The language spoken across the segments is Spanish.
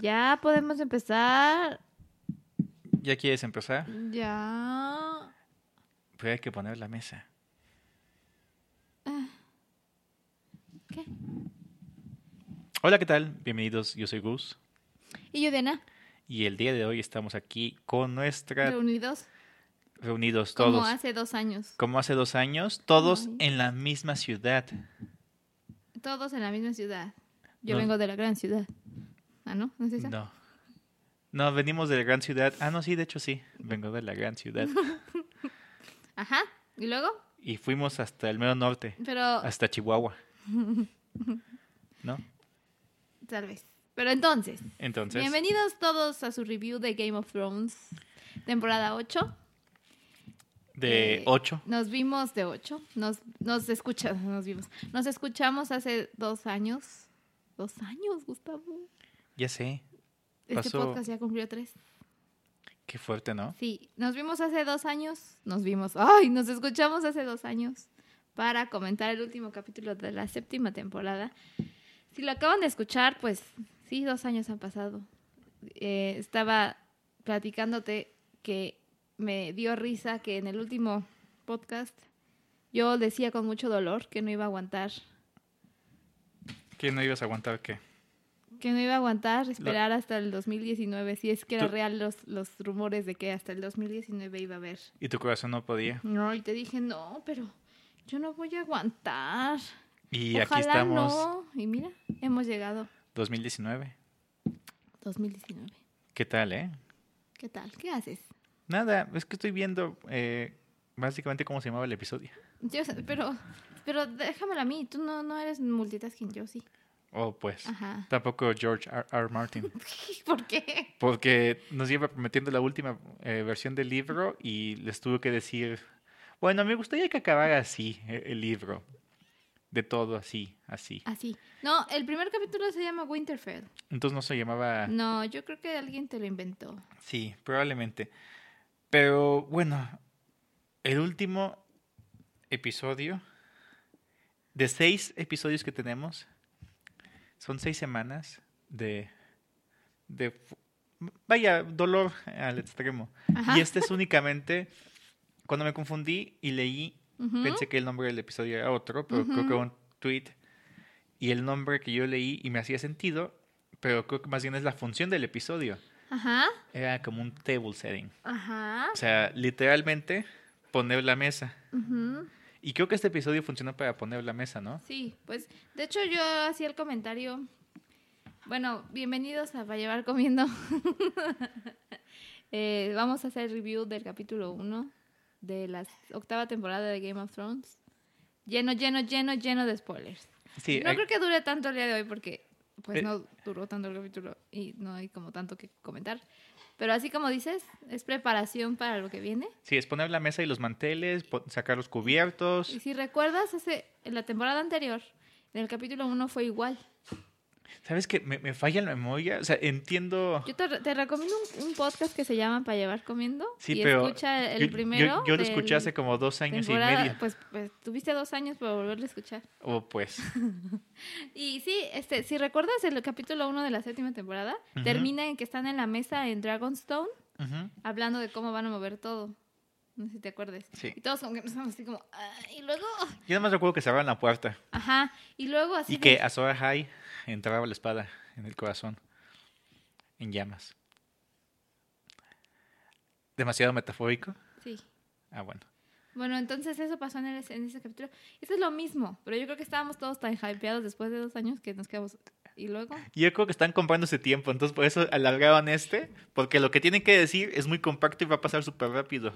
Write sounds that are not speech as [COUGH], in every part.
Ya podemos empezar. ¿Ya quieres empezar? Ya. Pues hay que poner la mesa. Ah. ¿Qué? Hola, ¿qué tal? Bienvenidos, yo soy Gus. Y yo, Diana, Y el día de hoy estamos aquí con nuestra... reunidos reunidos todos. como hace dos años. Como hace dos años, todos Ay. en la misma ciudad. Todos en la misma ciudad. Yo No. vengo de la gran ciudad. Ah, ¿no? ¿No es esa? No. No, venimos de la gran ciudad. Ah, no, sí, de hecho sí. Vengo de la gran ciudad. Ajá. ¿Y luego? Y fuimos hasta el mero norte, Pero hasta Chihuahua. [LAUGHS] ¿No? tal vez. Pero entonces, Entonces, bienvenidos todos a su review de Game of Thrones, temporada 8. de Eh, 8. Nos vimos de 8. Nos, nos escuchamos, nos vimos. Nos escuchamos hace dos años. Dos años, Gustavo. Ya sé. Este Pasó- podcast ya cumplió tres. Qué fuerte, ¿no? Sí, nos vimos hace dos años. Nos vimos. ¡Ay! Nos escuchamos hace dos años para comentar el último capítulo de la séptima temporada. Si lo acaban de escuchar, pues sí, dos años han pasado. Eh, estaba platicándote que me dio risa que en el último podcast yo decía con mucho dolor que no iba a aguantar, ¿Que no ibas a aguantar qué? que no iba a aguantar esperar hasta el 2019, si es que era Tú- real los, los rumores de que hasta el 2019 iba a haber Y tu corazón no podía. No, y te dije, no, pero yo no voy a aguantar. Y Ojalá aquí estamos, no. Y mira, hemos llegado 2019. 2019. ¿Qué tal, eh? ¿Qué tal? ¿Qué haces? Nada, es que estoy viendo eh, básicamente cómo se llamaba el episodio. Yo, sé, pero, pero déjamelo a mí. Tú no, no eres multitasking, yo sí. Oh, pues. Ajá. [LAUGHS] Tampoco George R. R. Martin. ¿Por qué? Porque nos lleva prometiendo la última eh, versión del libro y les tuve que decir, bueno, me gustaría que acabara así eh, el libro. De todo así, así. Así. No, el primer capítulo se llama Winterfell. Entonces no se llamaba... No, yo creo que alguien te lo inventó. Sí, probablemente. Pero bueno, el último episodio, de seis episodios que tenemos, son seis semanas de... de fu- vaya, dolor al extremo. Ajá. Y este es únicamente, cuando me confundí y leí, Ujú. pensé que el nombre del episodio era otro, pero creo que era un tweet. Y el nombre que yo leí y me hacía sentido, pero creo que más bien es la función del episodio. Ajá. Era como un table setting. Ajá. O sea, literalmente poner la mesa. Ujú. Y creo que este episodio funcionó para poner la mesa, ¿no? Sí, pues de hecho yo hacía el comentario. Bueno, bienvenidos a Para Llevar Comiendo. [LAUGHS] Eh, vamos a hacer review del capítulo 1 de la octava temporada de Game of Thrones. Lleno, lleno, lleno, lleno de spoilers. Sí, no hay- creo que dure tanto el día de hoy porque pues Eh. no duró tanto el capítulo y no hay como tanto que comentar. Pero así como dices, es preparación para lo que viene. sí, es poner la mesa y los manteles, po- sacar los cubiertos. Y si recuerdas, hace, en la temporada anterior, en el capítulo 1 fue igual. ¿Sabes qué? Me, me falla la memoria. O sea, entiendo... Yo te, re- te recomiendo un, un podcast que se llama Para llevar comiendo. Sí, y pero escucha el yo- yo- primero. Yo, lo escuché del hace como dos años y temporada- medio. Pues, pues tuviste dos años para volverlo a escuchar. Oh, pues. Y sí, este, si recuerdas el capítulo 1 de la séptima temporada, Ujú. termina en que están en la mesa en Dragonstone Ujú. hablando de cómo van a mover todo. No sé si te acuerdes. Sí. Y todos como que estamos así como, "Ah", y luego, Yo nada más recuerdo que cerraban la puerta ajá, y luego así. y de- que a Sora High entraba la espada en el corazón, en llamas. ¿Demasiado metafórico? Sí. Ah, bueno. Bueno, entonces eso pasó en, el- en ese capítulo. Eso es lo mismo, pero yo creo que estábamos todos tan hypeados después de dos años que nos quedamos. Y luego, Yo creo que están comprando ese tiempo, entonces por eso alargaron este, porque lo que tienen que decir es muy compacto y va a pasar súper rápido.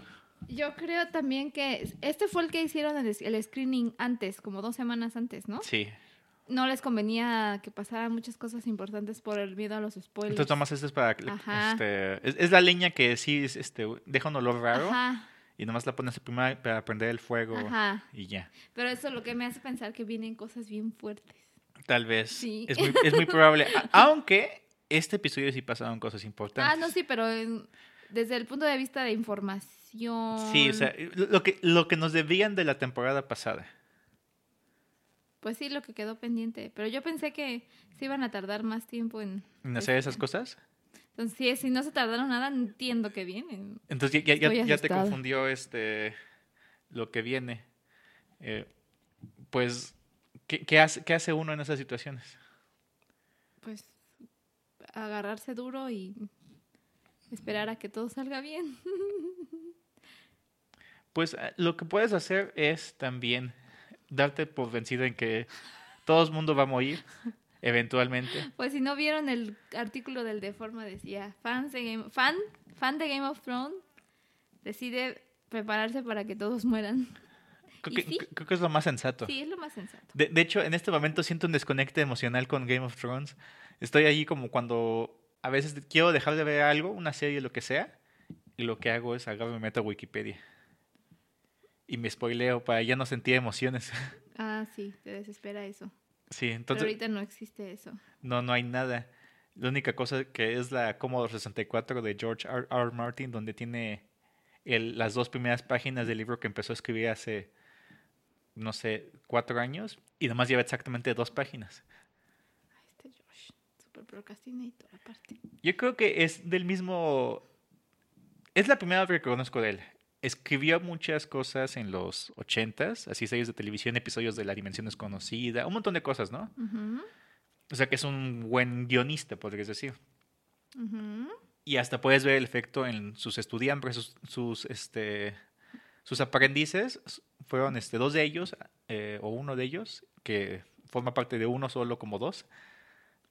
Yo creo también que es- este fue el que hicieron el, es- el screening antes, como dos semanas antes, ¿no? Sí. No les convenía que pasaran muchas cosas importantes por el miedo a los spoilers. Entonces nomás este es para... Ajá. Este, es, es la leña que sí es, este, deja un olor raro Ajá, y nomás la pones primero para prender el fuego ajá. y ya. Pero eso es lo que me hace pensar que vienen cosas bien fuertes. Tal vez. Sí. Es, muy, es muy probable. A- [LAUGHS] Aunque este episodio sí pasaron cosas Ah, importantes. no, sí, pero en- desde el punto de vista de información. Sí, o sea, lo lo que, lo que nos debían de la temporada pasada. Pues sí, lo que quedó pendiente. Pero yo pensé que se iban a tardar más tiempo en... ¿En hacer Este. esas cosas? Entonces, sí, si no se tardaron nada, entiendo que vienen. Entonces ya, ya- ya- Estoy ya te asustada. confundió este lo que viene. Eh, pues, ¿qué, qué hace, ¿qué hace uno en esas situaciones? Pues agarrarse duro y esperar a que todo salga bien. [LAUGHS] Pues eh, lo que puedes hacer es también darte por vencido en que todo el mundo va a morir eventualmente. Pues si no vieron el artículo del Deforma decía, fans de Game, fan, fan de Game of Thrones decide prepararse para que todos mueran. [LAUGHS] Creo ¿Y que, sí? creo que es lo más sensato. Sí, es lo más sensato. De, de hecho, en este momento siento un desconecte emocional con Game of Thrones. Estoy allí como cuando a veces quiero dejar de ver algo, una serie, lo que sea, y lo que hago es agarro y me meto a Wikipedia. Y me spoileo para ya no sentir emociones. [LAUGHS] Ah, sí, te desespera eso. Sí, Pero entonces ahorita no existe eso. no, no hay nada. La única cosa que es la Commodore 64 de George R. R. Martin, donde tiene el- las dos primeras páginas del libro que empezó a escribir hace, no sé, cuatro años, y nomás lleva exactamente dos páginas. Ay, este Josh, super procrastinator aparte. Yo creo que es del mismo. Es la primera obra que conozco de él. Escribió muchas cosas en los 80s, así series de televisión, episodios de La Dimensión Desconocida, un montón de cosas, ¿no? Ujú, O sea que es un buen guionista, podrías decir. ujú. Y hasta puedes ver el efecto en sus estudiantes, sus, sus, este, sus aprendices. Fueron este, dos de ellos, eh, o uno de ellos, que forma parte de uno solo como dos.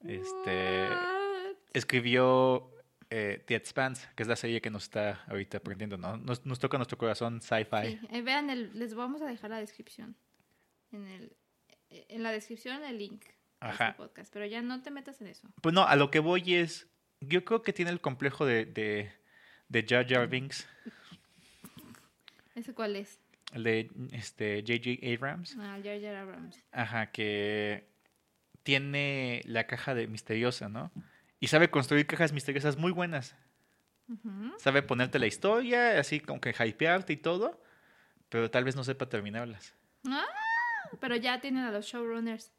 Este, What? escribió eh, The Expanse, que es la serie que nos está ahorita aprendiendo, ¿no? Nos, nos toca nuestro corazón sci-fi. Sí, eh, vean, el- les vamos a dejar la descripción. En, el, eh, en la descripción el link a este Ajá. podcast, pero ya no te metas en eso. Pues no, a lo que voy es, yo creo que tiene el complejo de, de, de Jar Jar Binks, ¿Ese cuál es? el de este, J.J. Abrams, Ah, Jar Jar Abrams. ajá, que tiene la caja de misteriosa, ¿no? Y sabe construir cajas misteriosas muy buenas. Ujú. Sabe ponerte la historia, así como que hypearte y todo, pero tal vez no sepa terminarlas. Pero ya tienen a los showrunners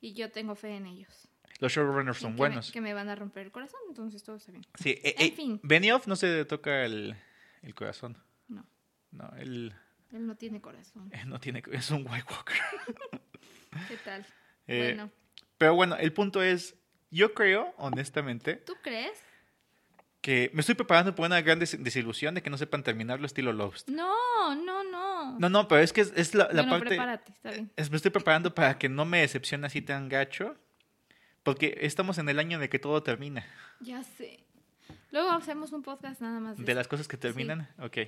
y yo tengo fe en ellos. Los showrunners Y Pues son que buenos. Me, que me van a romper el corazón, entonces todo está bien. Sí, eh, En eh, fin. Benioff no se toca el, el corazón. No, No, él, él no tiene corazón. él no tiene. Es un White Walker. ¿Qué tal? Eh, bueno, Pero bueno, el punto es. Yo creo, honestamente, ¿tú crees? que me estoy preparando por una gran des- desilusión de que no sepan terminarlo estilo Lost. No, no, no. No, no, pero es que es, es la, la bueno, parte. prepárate, está bien. es- me estoy preparando para que no me decepcione así tan gacho. Porque estamos en el año de que todo termina. Ya sé. Luego hacemos un podcast nada más. De eso. las cosas que terminan, ok.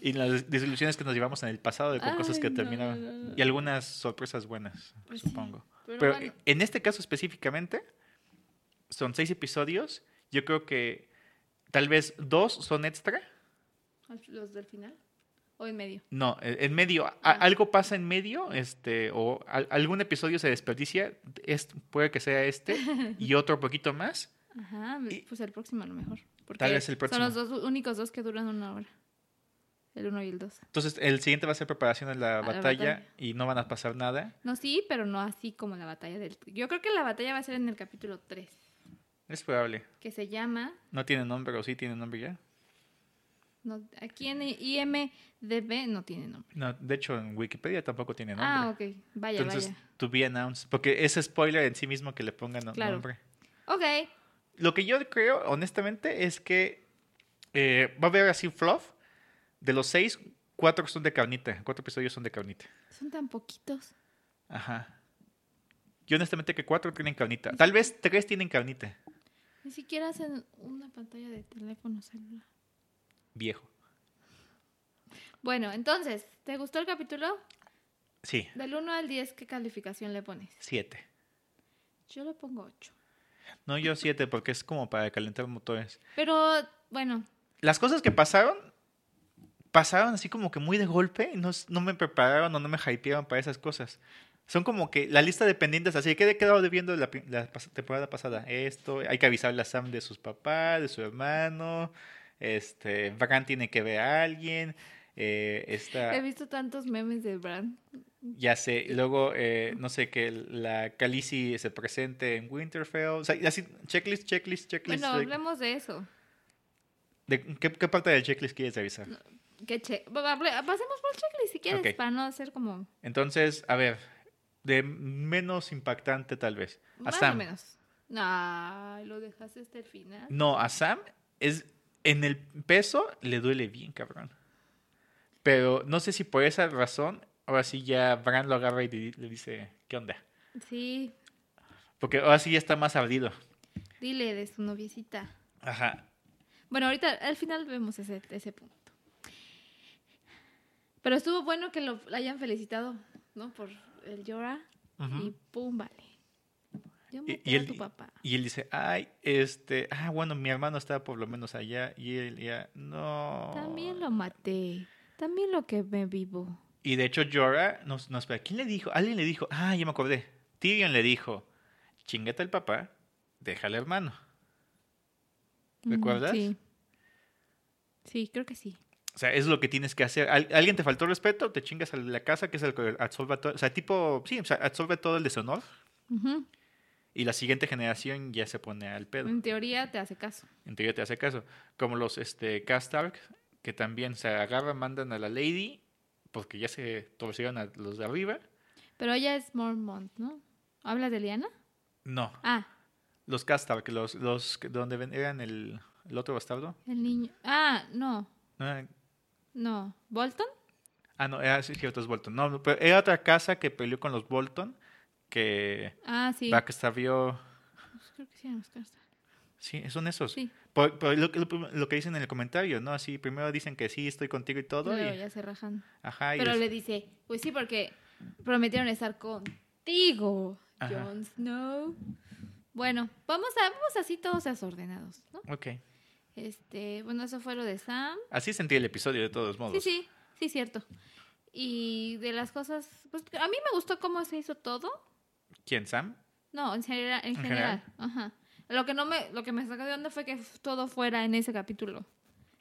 Y las des- desilusiones que nos llevamos en el pasado de con cosas Ay, que no, terminaban. no, no, no. Y algunas sorpresas buenas, Pues sí. supongo. Pero, Pero bueno, en este caso específicamente, son seis episodios. Yo creo que tal vez dos son extra. eh, los del final. O en medio. No, eh, en medio, a- Ah. algo pasa en medio, este, o al- algún episodio se desperdicia, es, puede que sea este [LAUGHS] y otro poquito más. Ajá, Y- pues el próximo a lo mejor. Porque Tal vez el próximo. Son los dos únicos dos que duran una hora. El uno y el dos. Entonces, el siguiente va a ser preparación a A la, la batalla, batalla. y no van a pasar nada. No, sí, pero no así como la batalla del... Yo creo que la batalla va a ser en el capítulo 3, Es probable. que se llama... No tiene nombre, o sí tiene nombre ya. no, aquí en IMDB no tiene nombre. No, de hecho, en Wikipedia tampoco tiene nombre. Ah, ok. Vaya, Entonces, to be announced. Porque es spoiler en sí mismo que le pongan no- Claro. nombre. vaya. Ok. Lo que yo creo, honestamente, es que eh, va a haber así fluff. De los seis, cuatro son de carnita. Cuatro episodios son de carnita. Son tan poquitos. Ajá. Yo honestamente que cuatro tienen carnita. Tal vez tres tienen carnita. Ni siquiera hacen una pantalla de teléfono celular. Viejo. Bueno, entonces, ¿te gustó el capítulo? Sí, Del 1 al 10, ¿qué calificación le pones? siete. Yo le pongo 8. No, yo siete porque es como para calentar motores. Pero, bueno, Las cosas que pasaron, pasaron así como que muy de golpe. No, s- no me prepararon o no me hypearon para esas cosas. Son como que la lista de pendientes, así que he quedado debiendo la, pri- la pas- temporada pasada. Esto, hay que avisarle a Sam de sus papás, de su hermano. Este, Bran tiene que ver a alguien. eh, esta... He visto tantos memes de Bran. Ya sé, luego, eh, no sé, que la Khaleesi se presente en Winterfell. O sea, y así, checklist, checklist, checklist. Bueno, de- hablemos de eso. de- ¿qué, qué parte del checklist quieres revisar? Que che- bu- hable- Pasemos por el checklist si quieres, Ok. para no ser como Entonces, a ver, de menos impactante tal vez. A más o Sam. menos. No, lo dejaste hasta el final. No, a Sam es, en el peso le duele bien, cabrón. Pero no sé si por esa razón, ahora sí ya Bran lo agarra y di- le dice, ¿qué onda? Sí, Porque ahora sí ya está más ardido. dile de su noviecita. Ajá. Bueno, ahorita al final vemos ese, ese punto. Pero estuvo bueno que lo hayan felicitado, ¿no? Por el llora y pum, vale. Yo Y- maté y él- a tu papá. Y él dice, ay, este, ah, bueno, mi hermano está por lo menos allá y él ya, no. También lo maté. También lo que me vivo. Y de hecho llora, no, no, espera, ¿quién le dijo? Alguien le dijo, ah, ya me acordé. Tyrion le dijo, chingate al papá, deja al hermano. ¿Recuerdas? Sí. Sí, creo que sí. O sea, es lo que tienes que hacer. Al- ¿Alguien te faltó respeto? Te chingas a la casa, que es el que absorbe todo. O sea, tipo, sí, o sea, absorbe todo el deshonor. Ujú. Y la siguiente generación ya se pone al pedo. En teoría te hace caso. En teoría te hace caso. Como los este, Castark, que también se agarran, mandan a la Lady, porque ya se torcieron a los de arriba. Pero ella es Mormont, ¿no? ¿Hablas de Liana? No, Ah, los Castark, los, los que- donde ven- eran el, el otro bastardo. el niño. Ah, no. No era- No. ¿Bolton? ah, no, era sí, cierto, es Bolton. No, no, pero era otra casa que peleó con los Bolton, que Ah, sí. Backstabbió- Pues creo que sí, eran los Carstar. Sí, son esos. Sí. Por- por lo, que- lo que dicen en el comentario, ¿no? Así, primero dicen que sí, estoy contigo y todo. Luego y, ya se rajan. ajá, y Pero es- le dice, pues sí, porque prometieron estar contigo, Ajá. Jon Snow. Bueno, vamos a, vamos así todos desordenados, ¿no? Ok. Este, bueno, eso fue lo de Sam. Así sentí el episodio, de todos modos. Sí, sí, sí, cierto. Y de las cosas, pues a mí me gustó cómo se hizo todo. ¿Quién, Sam? No, en general, en En general. Ajá. Lo que no me, lo que me sacó de onda fue que f- todo fuera en ese capítulo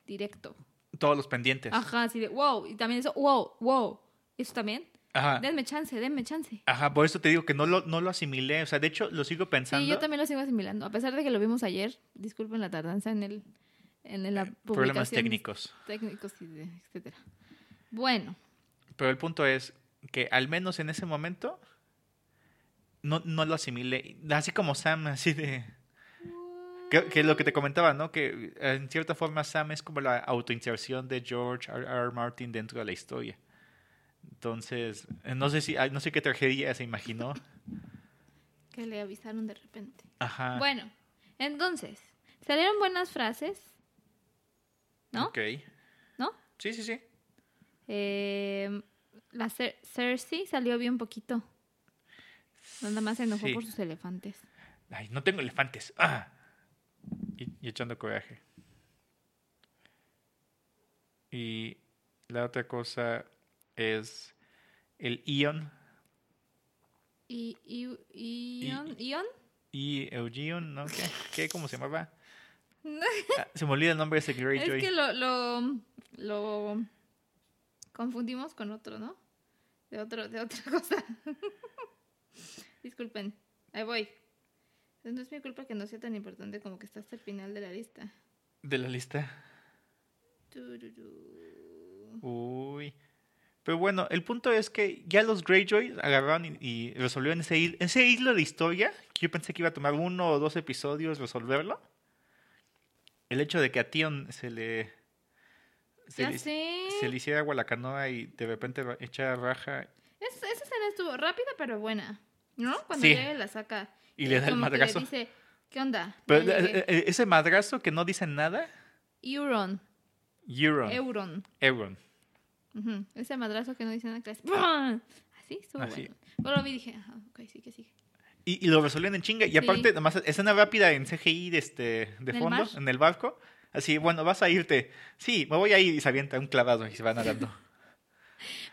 directo. Todos los pendientes. Ajá, así de wow. Y también eso, wow, wow. Eso también. Ajá. Denme chance, denme chance. Ajá, por eso te digo que no lo, no lo asimilé. O sea, de hecho, lo sigo pensando. Sí, yo también lo sigo asimilando. A pesar de que lo vimos ayer, disculpen la tardanza en el en la publicación. Eh, Problemas técnicos. Técnicos, y de- etcétera. Bueno, Pero el punto es que al menos en ese momento no, no lo asimilé. Así como Sam, así de... Que, que lo que te comentaba, ¿no? Que eh, en cierta forma Sam es como la autoinserción de George R. R. Martin dentro de la historia. Entonces, eh, no sé si, ay, no sé qué tragedia se imaginó. que le avisaron de repente. Ajá. Bueno, entonces, salieron buenas frases, ¿no? Ok. ¿no? Sí, sí, sí. Eh, la Cer- Cersei salió bien poquito. Nada más se enojó Sí. por sus elefantes. Ay, no tengo elefantes. ¡Ah! Y, y echando coraje. Y la otra cosa es el Ion Y, y, y, Ion, Ion, y Eugeon, ¿no? ¿Qué? ¿Qué? ¿Cómo se [LAUGHS] llamaba? Ah, se me olvida el nombre de ese es Greyjoy. que lo, lo, lo confundimos con otro, ¿no? De otro, de otra [LAUGHS] cosa. Disculpen, ahí voy. No es mi culpa que no sea tan importante como que está hasta el final de la lista. De la lista. Tururú. Uy. Pero bueno, el punto es que ya los Greyjoy agarraron y, y resolvieron ese, hil- ese hilo de historia, que yo pensé que iba a tomar uno o dos episodios resolverlo. El hecho de que a Tion se le... Se Ya le- sé. se le hiciera agua a la canoa y de repente ra- echa raja Es- esa escena estuvo rápida pero buena, ¿no? Cuando Sí. llega y la saca. y le da el como que madrazo. dice, ¿qué onda? Pero Ya eh, llegué". eh, ese madrazo que no dice nada, Euron, Euron. Euron. Euron. Ujú, Ese madrazo que no dice nada que le hace, ¡brum! Así estuvo Así. bueno. Pero lo vi y dije, ah, ok, sí que sigue. Y, y lo resolvieron en chinga. Y aparte, nomás escena rápida en CGI de, este, de ¿Del fondo, mar? en el barco. Así, bueno, vas a irte. Sí, me voy a ir y se avienta un clavado y se va [LAUGHS] nadando.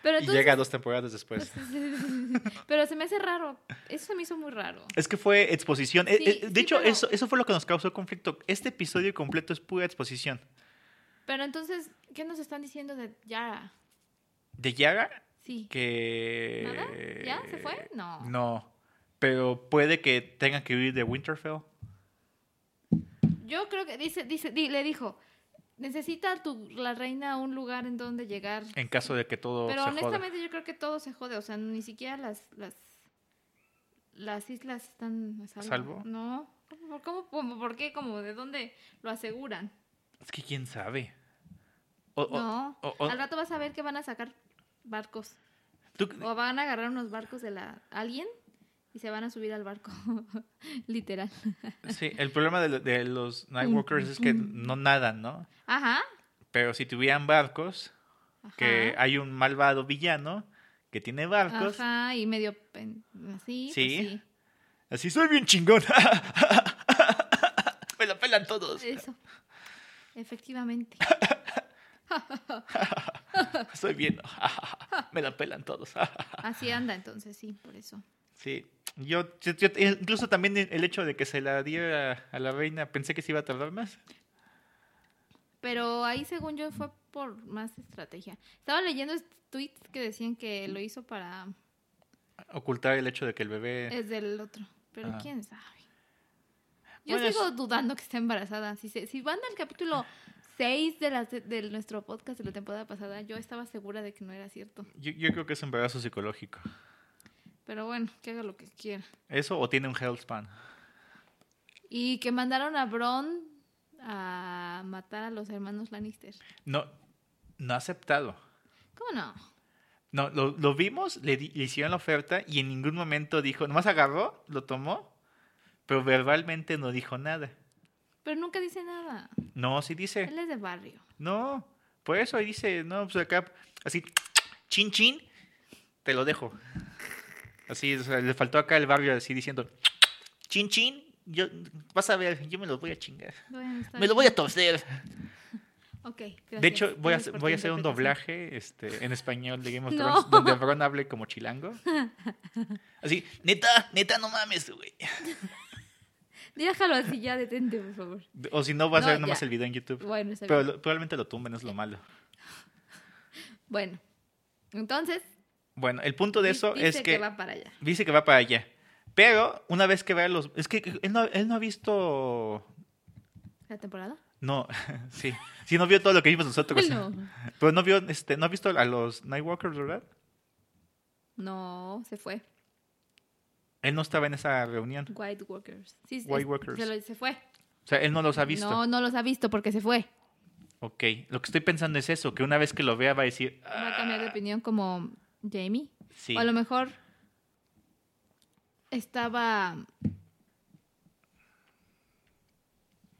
Pero [LAUGHS] y entonces, Pues llega dos temporadas después. [LAUGHS] pero se me hace raro. Eso se me hizo muy raro. Es que fue exposición. Eh, Sí, eh, de sí, hecho, pero- eso, eso fue lo que nos causó conflicto. Este episodio completo es pura exposición. Pero entonces, ¿qué nos están diciendo de Yara? De Yara, Sí. que... ¿Nada? ¿Ya? ¿Se fue? No. No, pero puede que tengan que huir de Winterfell. Yo creo que dice, dice, di- le dijo, necesita tu, la reina un lugar en donde llegar. En caso de que todo Pero se joda. honestamente yo creo que todo se jode, o sea, ni siquiera las las las islas están a salvo. salvo? No. ¿Cómo, cómo, cómo- por qué? ¿Cómo? ¿De dónde lo aseguran? Es que quién sabe. O- o- no. o- o- Al rato vas a ver que van a sacar barcos. tú- O van a agarrar unos barcos de la alguien y se van a subir al barco. [LAUGHS] Literal. sí, el problema de, lo- de los Nightwalkers es que no nadan, ¿no? Ajá. Pero si tuvieran barcos, ajá, que hay un malvado villano que tiene barcos, Ajá, y medio pen- así. pues Sí. sí. así soy bien chingón. [LAUGHS] Me la pelan todos. Eso. [LAUGHS] Efectivamente. Soy bien. [LAUGHS] Me la pelan todos. [LAUGHS] Así anda entonces, sí, por eso. Sí, yo, yo- yo- incluso también el hecho de que se la diera a la reina, pensé que se iba a tardar más. Pero ahí, según yo, fue por más estrategia. Estaba leyendo est- tweets que decían que lo hizo para... Ocultar el hecho de que el bebé... Es del otro. Pero Eh. Ajá. quién sabe. Yo Bueno, sigo dudando que esté embarazada. Si, se- si van al capítulo 6 de, la, de nuestro podcast de la temporada pasada, yo estaba segura de que no era cierto. Yo, yo creo que es embarazo psicológico. Pero bueno, que haga lo que quiera. ¿Eso o tiene un healthspan? Y que mandaron a Bron a matar a los hermanos Lannister. No, no ha aceptado. ¿Cómo no? No, lo, lo vimos, le, di- le hicieron la oferta y en ningún momento dijo, nomás agarró, lo tomó, pero verbalmente no dijo nada. Pero nunca dice nada. No, sí dice, Él es de barrio. no, por eso ahí dice, no, pues acá, así, chin chin, te lo dejo. Así, o sea, le faltó acá el barrio así diciendo, chin chin, yo, vas a ver, yo me lo voy a chingar, Bueno, está me lo voy bien. a torcer. Ok, De gracias. hecho, voy a, Gracias hacer- por voy a tu hacer un interpretación. doblaje este, en español de Game of [LAUGHS] No. Thrones donde Bron hable [LAUGHS] como chilango. Así, neta, neta, no mames, güey. Déjalo así, ya detente, por favor. O si no, vas a No, ver nomás ya. el video en YouTube. Bueno, está Pero bien. lo- probablemente lo tumben, es lo malo. Bueno, entonces, Bueno, el punto de di- eso dice es que, va para allá. dice que va para allá. Pero una vez que vea los... Es que él no, él no ha visto... ¿La temporada? No, [LAUGHS] sí. Sí, no vio todo lo que vimos nosotros. [LAUGHS] No, Pero no vio, este, no ha visto a los Nightwalkers, ¿verdad? no, se fue. Él no estaba en esa reunión. White Walkers. Sí, es- White Walkers. Se, lo- se fue. O sea, él no los ha visto. No, no los ha visto porque se fue. Ok, lo que estoy pensando es eso, que una vez que lo vea va a decir... Va a "Ah, cambiar de opinión como Jamie. Sí. O a lo mejor estaba...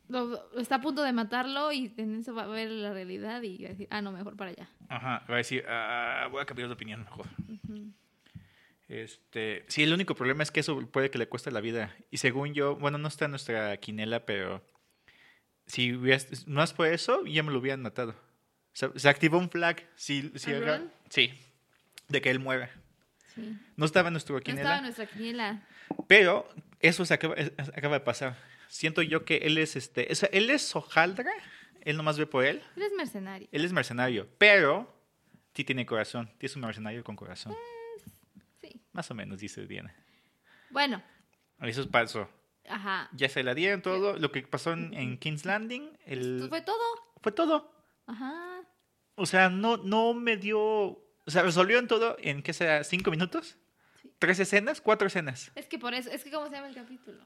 lo- está a punto de matarlo y en eso va a ver la realidad y va a decir, ah, no, mejor para allá. Ajá, va a decir, "Ah, voy a cambiar de opinión mejor. Este, sí, el único problema es que eso puede que le cueste la vida. Y según yo, bueno, no está en nuestra quinela, pero si hubieras, no es por eso, ya me lo hubieran matado. Se, se activó un flag, si, si ¿A haga- Ron? sí, de que él muera. Sí. No estaba en nuestra No quinela. estaba nuestra quiniela. Pero eso se acaba, es- acaba de pasar. Siento yo que él es este. O sea, él es hojaldra. Él nomás ve por él. Eres mercenario. Él es mercenario. Pero sí tiene corazón. Sí es un mercenario con corazón. Mm, Sí. Más o menos, dice Diana. Bueno, Eso pasó. ajá. Ya se la dieron todo. Lo que pasó en, en King's Landing. Esto el- Pues fue todo. fue todo. Ajá. O sea, no, no me dio. O sea, resolvieron todo en, ¿qué será? ¿Cinco minutos? Sí. ¿Tres escenas? ¿Cuatro escenas? Es que por eso, es que cómo se llama el capítulo.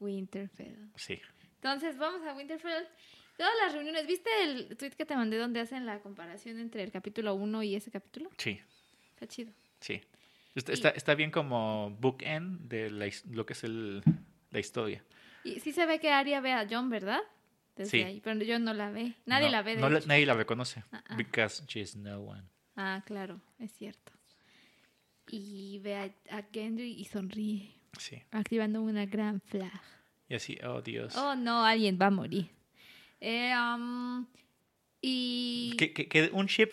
Winterfell. Sí. Entonces, vamos a Winterfell. Todas las reuniones, ¿viste el tweet que te mandé donde hacen la comparación entre el capítulo 1 y ese capítulo? Sí. Está chido. Sí. Está, está, está bien como bookend de la his- lo que es el- la historia. Y sí se ve que Arya ve a John, ¿verdad? Desde Sí. ahí, pero yo no la ve. Nadie No, la ve. de no hecho. nadie la reconoce. Ah, ah. Because she's no one. Ah, claro, es cierto. Y ve a, a Gendry y sonríe, Sí. activando una gran flag. Y así, oh Dios. Oh, no, alguien va a morir. Eh, am, y... Que, que- que un chip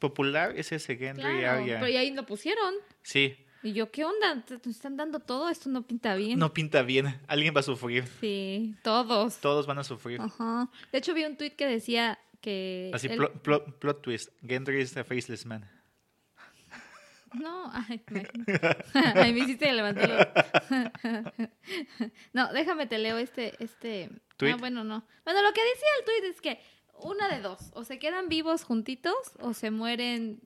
popular es ese Gendry Claro, Arya. pero ahí lo pusieron. Sí. Y yo, ¿qué onda? ¿Te, te están dando todo? Esto no pinta bien. No pinta bien. Alguien va a sufrir. Sí, todos. Todos van a sufrir. Ajá. De hecho, vi un tuit que decía que... Así, él- plo- plo- plot twist. Gendry is a faceless man. No, ay, imagínate. [LAUGHS] Ay, me hiciste levantar los- [LAUGHS] No, déjame te leo este, este... ¿Tuit? Ah, bueno, no. Bueno, lo que decía el tuit es que una de dos, o se quedan vivos juntitos o se mueren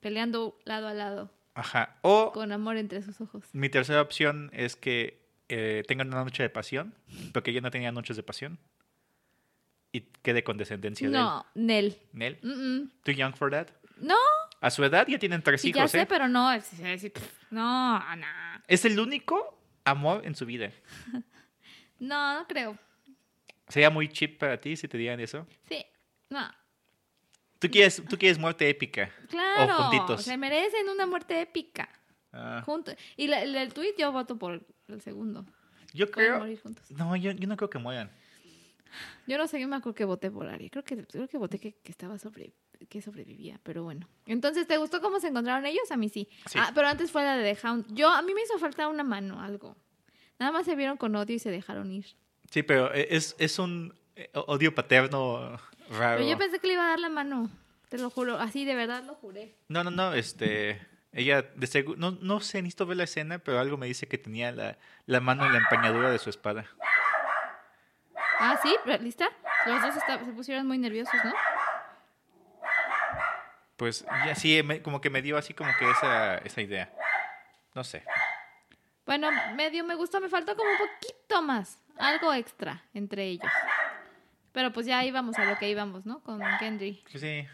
peleando lado a lado, Ajá. O con amor entre sus ojos. mi tercera opción es que eh, tengan una noche de pasión, porque ella no tenía noches de pasión. Y quede con descendencia de él. No, Nel. Nel, Mm, mm. too young for that. No, A su edad ya tienen tres sí, hijos, ya sé, ¿eh? pero no. es- es- pff, No, no. Es el único amor en su vida. No, no creo. Sería muy chip para ti si te dieran eso. Sí, no. Tú quieres, tú quieres muerte épica. O Claro, juntitos. se merecen una muerte épica. Ah, Juntos. Y la- el, el tuit yo voto por el segundo. yo Pueden creo. morir juntos. No, yo, yo no creo que mueran. Yo no sé, yo me acuerdo que voté por Ari. Creo que, creo que voté que, que estaba sobre que sobrevivía, pero bueno. Entonces, ¿te gustó cómo se encontraron ellos? A mí sí. Sí. Ah, pero antes fue la de The Hound. Yo, a mí me hizo falta una mano, algo. Nada más se vieron con odio y se dejaron ir. Sí, pero es, es un eh, odio paterno raro. Pero yo pensé que le iba a dar la mano. Te lo juro, así de verdad lo juré. No, no, no, este... Ella, de seguro, no, no sé, necesito ver la escena, pero algo me dice que tenía la, la mano en la empuñadura de su espada. Ah, sí, pero- ¿lista? Los dos esta- se pusieron muy nerviosos, ¿no? Pues, y así, me- como que me dio así como que esa, esa idea. No sé. Bueno, medio me gustó, me faltó como un poquito más, algo extra entre ellos. Pero pues ya íbamos a lo que íbamos, ¿no? Con Kendry. Que Sí,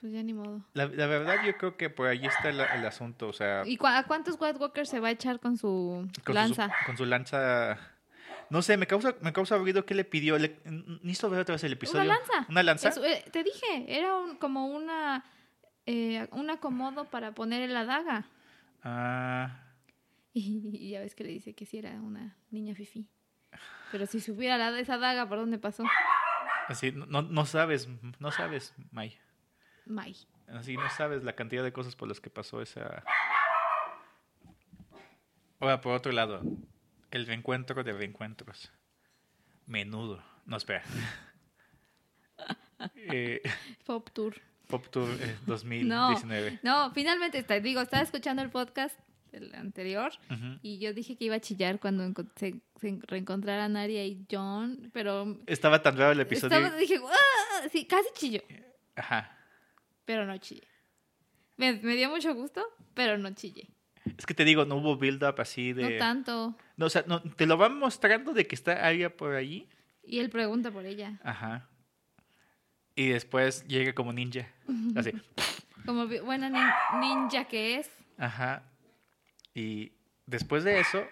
Pues ya ni modo. la, la verdad yo creo que por ahí está el, el asunto, o sea... ¿Y cua- a cuántos White Walkers se va a echar con su Con lanza? Su, con su lanza... No sé, me causa, me causa ruido qué le pidió. Le, n- necesito ver otra vez el episodio. Una lanza. ¿Una lanza? Es- eh, te dije, era un- como una eh, un acomodo para poner la daga. [LAUGHS] Ah... Y, ya ves que le dice que sí era una niña fifi. Pero si supiera la, esa daga, ¿por dónde pasó? Así, no- no, no sabes, no sabes, May. May. Así no sabes la cantidad de cosas por las que pasó esa... Ahora, por otro lado, el reencuentro de reencuentros. Menudo. [LAUGHS] No, espera. Eh, Pop Tour. Pop Tour eh, 2019. No, finalmente, está, digo, estaba escuchando el podcast el anterior Ujú. y yo dije que iba a chillar cuando enco- se, se reencontraran Aria y John, pero Estaba tan raro el episodio. estaba- dije, "Ah", sí, casi chillo, Ajá. pero no chillé. Me, me dio mucho gusto, pero no chillé. Es que te digo, no hubo build-up así No de... No, tanto. o sea, no, te lo van mostrando de que está Aria por ahí. Y él pregunta por ella. Ajá. Y después llega como ninja. Así. Como vi- buena nin- ninja que es. Ajá. Y después de eso,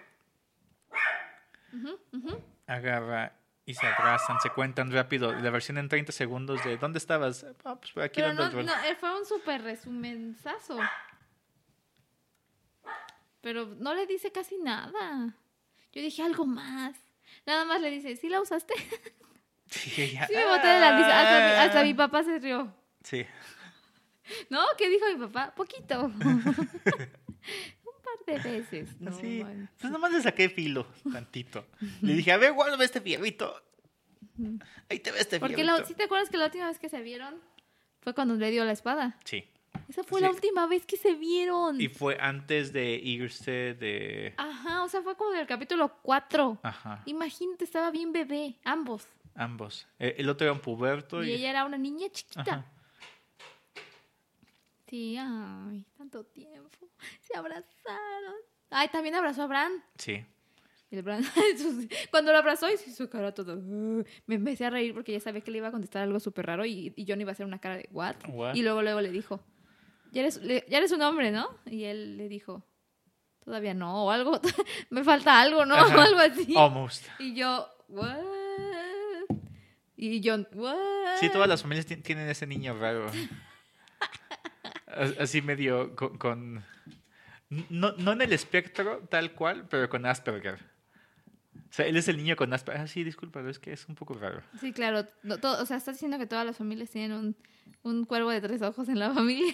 Ujú, ujú. agarra y se abrazan, se cuentan rápido. La versión en 30 segundos de ¿dónde estabas? Ah, pues por aquí Pero dando no, el rol. no, eh, fue un súper resumenzazo. Pero no le dice casi nada. Yo dije algo más. Nada más le dice, ¿sí la [LAUGHS] usaste? [LAUGHS] Sí, ella- Sí, me boté de la risa. Hasta, mi- Ah. hasta mi papá se rió. Sí. ¿No? ¿Qué dijo mi papá? [LAUGHS] Poquito. [LAUGHS] un par de veces. No, Así. man. Entonces Pues nomás le saqué filo, [LAUGHS] tantito. Le dije, a ver, guárdame este fierrito. Ahí te ve este Porque fierrito. la, ¿sí te acuerdas que la última vez que se vieron fue cuando le dio la espada. Sí. Esa fue Sí. la última vez que se vieron. Y fue antes de irse de... Ajá, o sea, fue como en el capítulo 4. Ajá. Imagínate, estaba bien bebé, ambos. Ambos. Eh, El otro era un puberto Y y... ella era una niña chiquita. Ajá. Sí, ay, tanto tiempo. Se abrazaron. Ay, también abrazó a Bran. Sí. Y el Bran, [LAUGHS] sus- cuando lo abrazó, y su cara toda. "Ugh". me empecé a reír porque ya sabía que le iba a contestar algo súper raro y, y John iba a hacer una cara de what. What? Y luego, luego le dijo, ya eres, le- ya eres un hombre, ¿no? Y él le dijo, todavía no, o algo, [LAUGHS] me falta algo, ¿no? [LAUGHS] Ajá. Oh, algo así. Almost. Y yo, what? Y John, what? Sí, todas las familias tien- tienen ese niño raro. A- Así medio con... con- No, no en el espectro tal cual, pero con Asperger. O sea, él es el niño con aspa. Ah, sí, disculpa, pero es que es un poco raro. Sí, claro. no, todo- o sea, estás diciendo que todas las familias tienen un, un cuervo de tres ojos en la familia.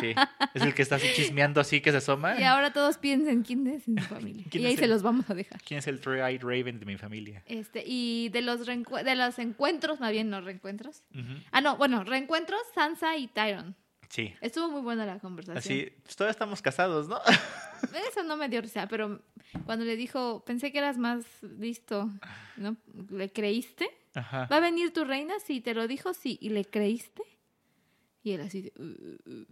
Sí. Es el que está así chismeando así que se asoma. Y ahora todos piensen quién es en su familia. Ah. ¿Quién y ahí es se él? los vamos a dejar. ¿Quién es el Three-Eyed Raven de mi familia? Este, y de los, reencu- de los encuentros, más bien no reencuentros. Ujú. Ah, no, bueno, reencuentros, Sansa y Tyron. Sí. Estuvo muy buena la conversación. Así, pues, todavía estamos casados, ¿no? Eso no me dio risa, pero cuando le dijo, pensé que eras más listo, ¿no? ¿Le creíste? Ajá. ¿Va a venir tu reina? Sí, te lo dijo, sí. ¿Y le creíste? Y él así, de, "Uh, uh, uh".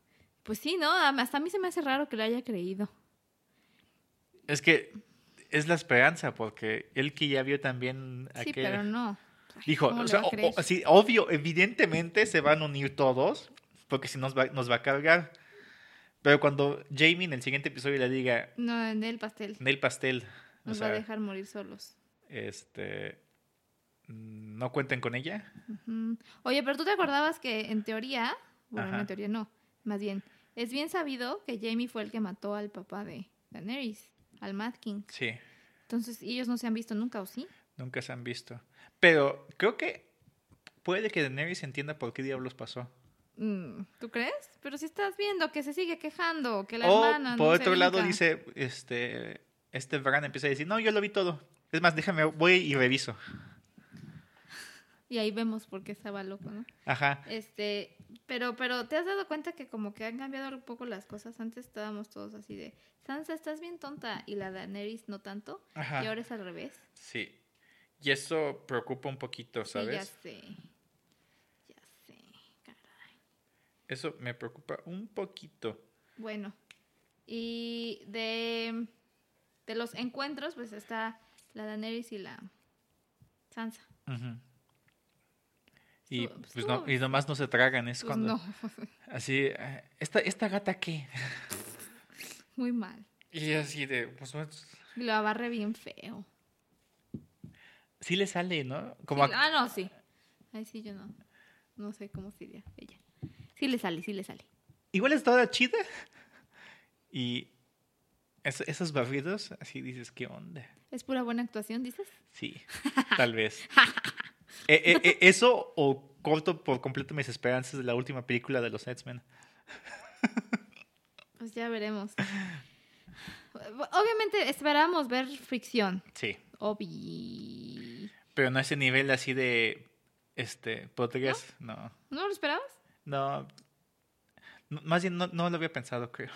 pues sí, ¿no? A- Hasta a mí se me hace raro que lo haya creído. Es que es la esperanza, porque él que ya vio también a Sí, que- pero no. Ay, Dijo, ¿cómo o le sea, va a o- o- creer? sí, obvio, evidentemente se van a unir todos, porque si no nos va, nos va a cargar. Pero cuando Jamie en el siguiente episodio le diga, No, en el pastel. Nel Pastel, o Nos va a sea, dejar morir solos. este, mm, no cuenten con ella. Ujú. Oye, pero tú te acordabas que en teoría, bueno, no Ajá. en teoría no, más bien, es bien sabido que Jamie fue el que mató al papá de Daenerys, al Mad King. Sí, Entonces, ¿y ellos no se han visto nunca, ¿o sí? nunca se han visto. Pero creo que puede que Daenerys entienda por qué diablos pasó. Mm, ¿Tú crees? Pero si estás viendo que se sigue quejando, que la o hermana. Oh, por no se otro lado brinca. dice, este, este Bran empieza a decir, no, yo lo vi todo. Es más, déjame, voy y reviso. Y ahí vemos por qué estaba loco, ¿no? Ajá. Este, pero, pero ¿te has dado cuenta que como que han cambiado un poco las cosas? Antes estábamos todos así de, Sansa, estás bien tonta, y la Daenerys no tanto, Ajá. y ahora es al revés. Sí. Y eso preocupa un poquito, ¿sabes? Sí, ya sé. Ya sé. caray. Eso me preocupa un poquito. Bueno, y de, de los encuentros, pues está la Daenerys y la Sansa. Y Estuvo- pues no, estuvo- y nomás no se tragan, es Pues cuando no, [LAUGHS] así ah, esta, esta gata qué? muy mal. [LAUGHS] Y así de pues no, Y lo abarre bien feo. sí le sale, ¿no? Como Sí, ac- ah, no, sí. Ay, sí, yo no. No sé cómo sería ella. Sí le sale, sí le sale. igual es toda chida. Y es- esos barridos, así dices, ¿qué onda? Es pura buena actuación, dices. [LAUGHS] Sí, tal vez. Eh, eh, eh, eso o corto por completo mis esperanzas de la última película de los X-Men. Pues ya [LAUGHS] veremos. Obviamente esperamos ver fricción. Sí. Obvi. Pero no a ese nivel así de. Este. Podrías. No. ¿No lo [LAUGHS] esperabas? No. no, más bien no, no lo había [LAUGHS] pensado, creo.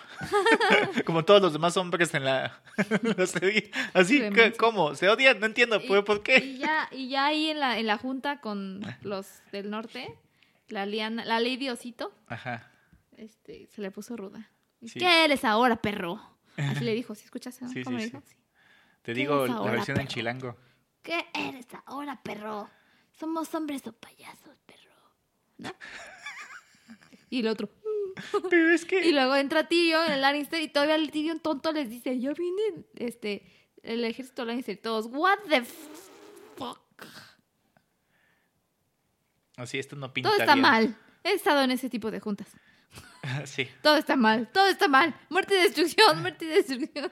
[LAUGHS] Como todos los demás hombres en la, [LAUGHS] en la serie. Así que, Clemencia. ¿cómo? ¿Se odian? No entiendo. Y- pues, ¿Por qué? Y ya, y ya ahí en la, en la junta con los del norte, la liana, la ley de Osito, Ajá. este, se le puso ruda. Sí. ¿Qué eres ahora, perro? Así le dijo, ¿sí escuchaste? no? Sí, ¿Cómo sí, le dijo? Sí. Te ¿Qué digo es la ahora, versión en perro? [LAUGHS] chilango. ¿Qué eres ahora, perro? Somos hombres o payasos, perro. ¿No? [LAUGHS] Y el otro. Pero es que. Y luego entra Tyrion, el Lannister, y todavía el Tyrion tonto les dice, yo vine, este, el ejército Lannister, todos, what the fuck. Así, esto no pinta Todo está bien. mal. He estado en ese tipo de juntas. [LAUGHS] sí. Todo está mal, todo está mal. Muerte y destrucción, muerte y destrucción.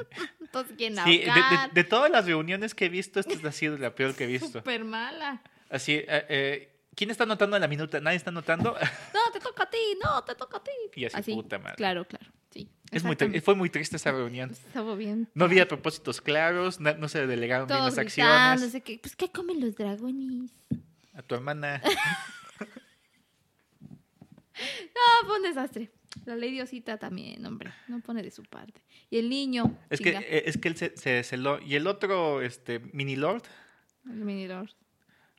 [LAUGHS] Todos quieren Sí, de, de- ahorcar. de todas las reuniones que he visto, esta ha sido la peor que he visto. Súper mala. Así, eh, eh, ¿quién está anotando la minuta? ¿Nadie está anotando? [LAUGHS] No, te toca a ti, no, te toca a ti. Y así, puta madre. Claro, claro. Sí. Es muy tri- exactamente. fue muy triste esa reunión. Estuvo bien. No había propósitos claros, na- no, se delegaron bien Todos las gritando, acciones. sé qué. Pues, ¿qué comen los dragones? A [LAUGHS] tu hermana. Ah, fue un desastre. La ley diosita también, hombre. No pone de su parte. Y el niño. Es que, chinga, eh, es que él se, se celó. Y el otro, este, mini lord, El minilord.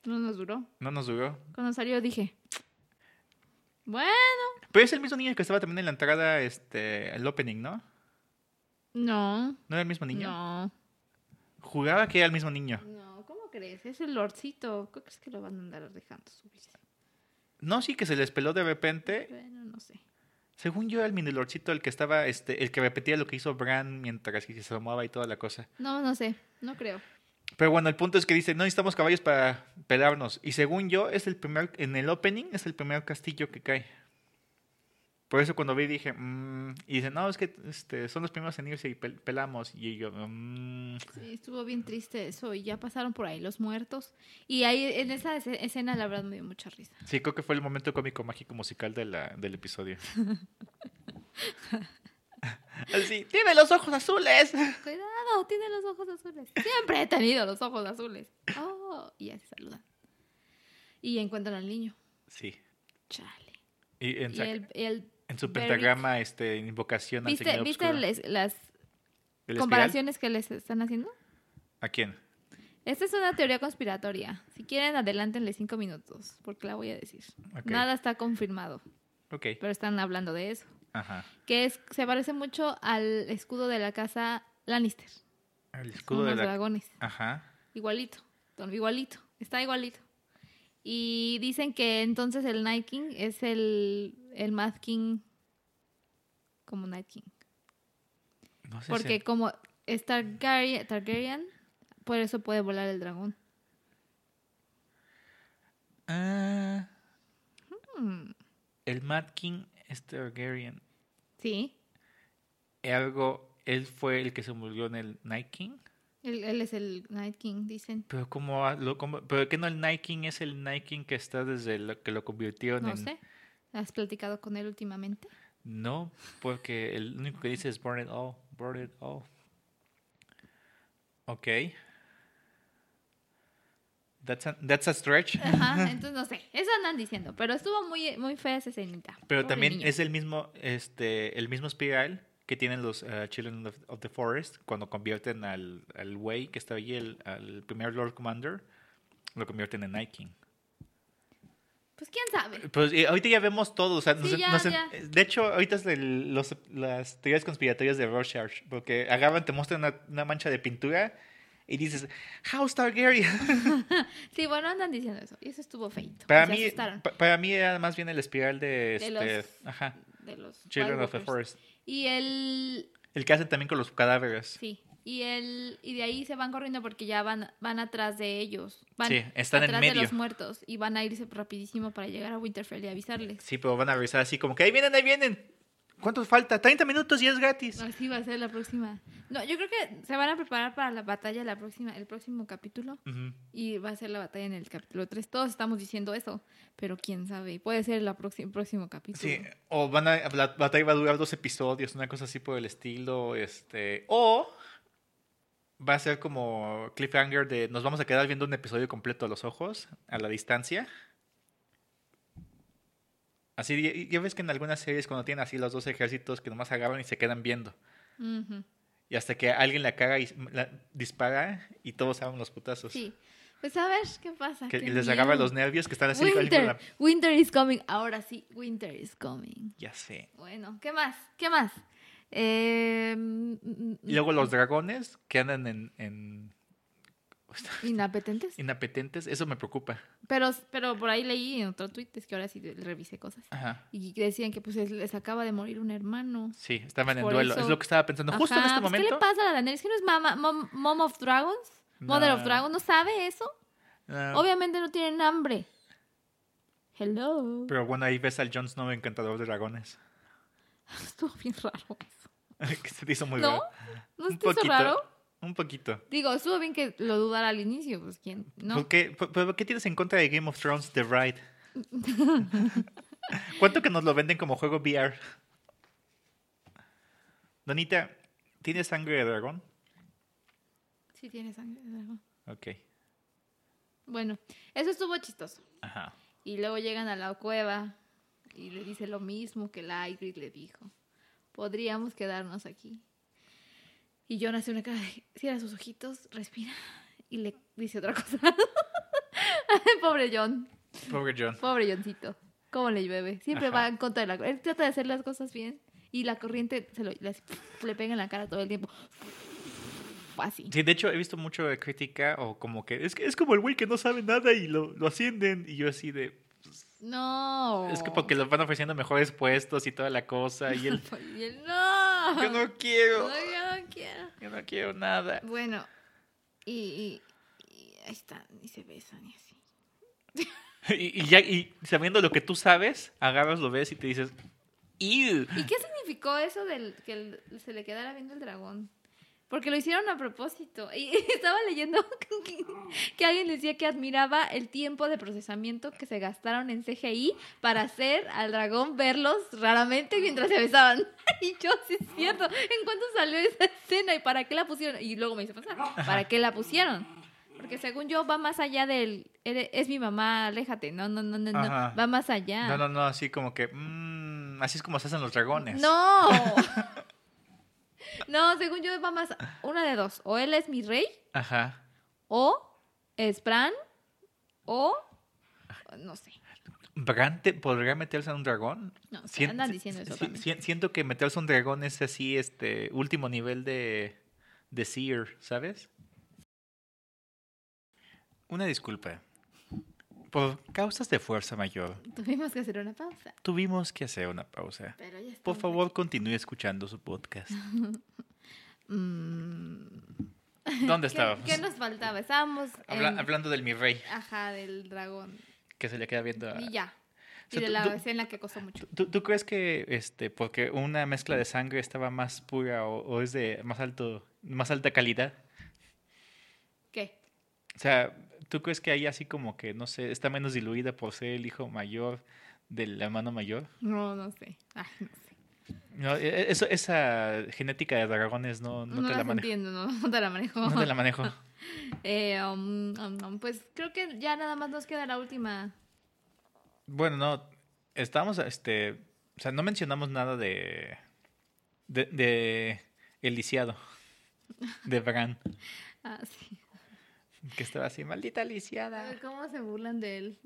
No nos duró. no nos duró. Cuando salió dije. Bueno. Pero es el mismo niño que estaba también en la entrada, este, el opening, ¿no? No. ¿No era el mismo niño? No. Jugaba que era el mismo niño. No, ¿cómo crees? Es el lordcito. ¿Cómo crees que lo van a andar dejando subirse? No, sí, que se les peló de repente. Bueno, no sé. Según yo, era el mini lordcito el que estaba, este, el que repetía lo que hizo Bran mientras que se asomaba y toda la cosa. No, no sé. No creo. Pero bueno, el punto es que dice, no necesitamos caballos para pelarnos. Y según yo, es el primer, en el opening, es el primer castillo que cae. Por eso cuando vi dije, mm, y dice, no, es que este, son los primeros en irse y pel- pelamos. Y yo, mm, Sí, estuvo bien triste eso y ya pasaron por ahí los muertos. Y ahí en esa esce- escena la verdad me dio mucha risa. sí, creo que fue el momento cómico, mágico, musical de la, [LAUGHS] del episodio. Así, tiene los ojos azules. Cuidado, tiene los ojos azules. Siempre he tenido los ojos azules. Oh, y ya se saludan. Y encuentran al niño. Sí. Chale. Y en, Y sa- el, el- en su Berwick. pentagrama, este, invocación al ¿Viste, señor ¿viste oscuro. les- las ¿El espiral? comparaciones que les están haciendo? ¿A quién? Esta es una teoría conspiratoria. Si quieren, adelántenle cinco minutos, porque la voy a decir. Ok. Nada está confirmado, Ok. pero están hablando de eso. Ajá. Que es, se parece mucho al escudo de la casa Lannister. El escudo Con de los la... dragones. Ajá. Igualito. Don- Igualito. Está igualito. Y dicen que entonces el Night King es el, el Mad King como Night King. No sé Porque si... como es Targaryen, Targaryen, por eso puede volar el dragón. Ah, Hmm, el Mad King es Targaryen. Sí. Algo... Él fue el que se murió en el Night King. Él, él es el Night King, dicen. Pero cómo va- lo cómo- pero que no el Night King es el Night King que está desde lo que lo convirtieron No en sé. ¿Has platicado con él últimamente? No, porque el único que dice es burn it all, burn it all. Ok. That's a, that's a stretch. [LAUGHS] Ajá, entonces no sé. Eso andan diciendo. Pero estuvo muy, muy fea esa escenita. Pero Pobre también niño. es el mismo, este, el mismo espiral que tienen los eh, Children of, of the Forest cuando convierten al, al güey que está ahí, el, al primer Lord Commander, lo convierten en Night King. Pues quién sabe. Pues eh, ahorita ya vemos todo, o sea, nos- Sí, ya, nos- ya. de hecho ahorita es el- los- las teorías conspiratorias de Rorschach, porque agarran, te muestran una, una mancha de pintura y dices, House Targaryen. [LAUGHS] Sí, bueno, andan diciendo eso. Y eso estuvo feito. Para se mí, asustaron pa- para mí era más bien el espiral de, De este, los- ajá, de los Children White of the Walkers. Forest, Y el el que hacen también con los cadáveres. sí, y el y de ahí se van corriendo porque ya van van atrás de ellos. Van Sí, están en atrás de medio. los muertos y van a irse rapidísimo para llegar a Winterfell y avisarles. Sí, pero van a revisar así como que ahí vienen, ahí vienen. ¿Cuánto falta? 30 minutos y es gratis. Así va a ser la próxima. No, yo creo que se van a preparar para la batalla la próxima el próximo capítulo Ujú. y va a ser la batalla en el capítulo 3. Todos estamos diciendo eso, pero quién sabe, puede ser la próxima- el próximo capítulo. Sí, o van a, la batalla va a durar dos episodios, una cosa así por el estilo, este, o va a ser como cliffhanger de nos vamos a quedar viendo un episodio completo a los ojos, a la distancia. Así, ya- ya ves que en algunas series cuando tienen así los dos ejércitos que nomás agarran y se quedan viendo. Ujú. Y hasta que alguien la caga y la dispara y todos saben los putazos. Sí. Pues a ver qué pasa. Que qué les agarra miedo. los nervios que están así. con Winter, la- winter is coming. Ahora sí, winter is coming. Ya sé. Bueno, ¿qué más? ¿Qué más? Eh, mm, Y luego los dragones que andan en- en mm, Inapetentes. inapetentes, eso me preocupa. Pero, pero por ahí leí en otro tweet, es que ahora sí revisé cosas. Ajá. Y decían que pues es- les acaba de morir un hermano. Sí, estaban en Por duelo. eso- Es lo que estaba pensando. Justo en Ajá, este pues, ¿Qué le momento. pasa a la Daenerys? ¿Que no es mama, mom, mom of dragons? Mother of No. dragons, ¿no sabe eso? Ah, Obviamente no tienen hambre. Hello. Pero bueno, ahí ves al Jon Snow encantador de dragones. [LAUGHS] [LAUGHS] Estuvo bien raro eso. que se te hizo muy ¿No? raro. ¿No es raro? Un poquito. Digo, estuvo bien que lo dudara al inicio, pues quién, ¿no? ¿Por, qué, por- por qué tienes en contra de Game of Thrones [LAUGHS] The Ride? ¿Cuánto que nos lo venden como juego VR? Donita, ¿tienes sangre de dragón? Sí tiene sangre de dragón. Ok. Bueno, eso estuvo chistoso. Ajá. Y luego llegan a la cueva y le dice lo mismo que la Igrid le dijo. Podríamos quedarnos aquí. Y John hace una cara de, cierra sus ojitos, respira y le dice otra cosa. [LAUGHS] Pobre John. Pobre Jon. Pobre Johncito. ¿Cómo le llueve? Siempre Ajá. va en contra de la corriente. Él trata de hacer las cosas bien y la corriente se lo, le, hace- le pega en la cara todo el tiempo. Así. Sí, de hecho he visto mucho de crítica o como que es, que- es como el güey que no sabe nada y lo, lo ascienden y yo así de... No. Es que porque le van ofreciendo mejores puestos y toda la cosa [LAUGHS] y él... Y él, no. [LAUGHS] yo no quiero, No, yo no quiero. yo no quiero nada. [LAUGHS] Bueno, y, y- y ahí están, y se besan y así. Y, y ya, y sabiendo lo que tú sabes, agarras, lo ves y te dices, ¡Ew! ¿Y qué significó eso del que el- se le quedara viendo el dragón? Porque lo hicieron a propósito. Y [LAUGHS] estaba leyendo que, que alguien decía que admiraba el tiempo de procesamiento que se gastaron en CGI para hacer al dragón verlos raramente mientras se besaban. [LAUGHS] Y yo, sí es cierto, ¿en cuánto salió esa escena y para qué la pusieron? Y luego me hizo pensar, ¿para qué la pusieron? Porque según yo va más allá del... "Ere- Es mi mamá, aléjate. No, no, no, no, no. Ajá. Va más allá. No, no, no, así como que. mm, así es como se hacen los dragones. No. no, según yo va más una de dos. O él es mi rey, Ajá. o es Bran, o no sé. ¿Bran te- podría meterse a un dragón? No, o sea, Sien- andan diciendo eso si- también. sien- siento que meterse a un dragón es así, este, último nivel de, de Seer, ¿sabes? Una disculpa. Por causas de fuerza mayor, Tuvimos que hacer una pausa, tuvimos que hacer una pausa. pero ya Por estamos favor, continúe escuchando [LAUGHS] su podcast. aquí. Mm, ¿qué- ¿Dónde estábamos? ¿Qué, nos faltaba? Estábamos Habla- en- hablando del mi rey, ajá, del dragón que se le queda viendo a... y ya. Ah. O Y sea, de tú- la tú- escena en la que costó mucho. ¿Tú, tú crees que este porque una mezcla de sangre estaba más pura o, o es de más alto más alta calidad? ¿Qué? O sea, ¿tú crees que hay así como que no sé, está menos diluida por ser el hijo mayor de la mano mayor? No, no sé. Ay, no sé. No, e- e- eso, esa genética de dragones no, no No, te la las manejo. entiendo, no, no te la manejo. No [LAUGHS] te la manejo. Eh, um, um, um, pues creo que ya nada más nos queda la última. Bueno, no estamos este, o sea, no mencionamos nada de de, de el lisiado de Bran, Ah, [LAUGHS] sí. que estaba así, maldita A lisiada. ver, ¿Cómo se burlan de él?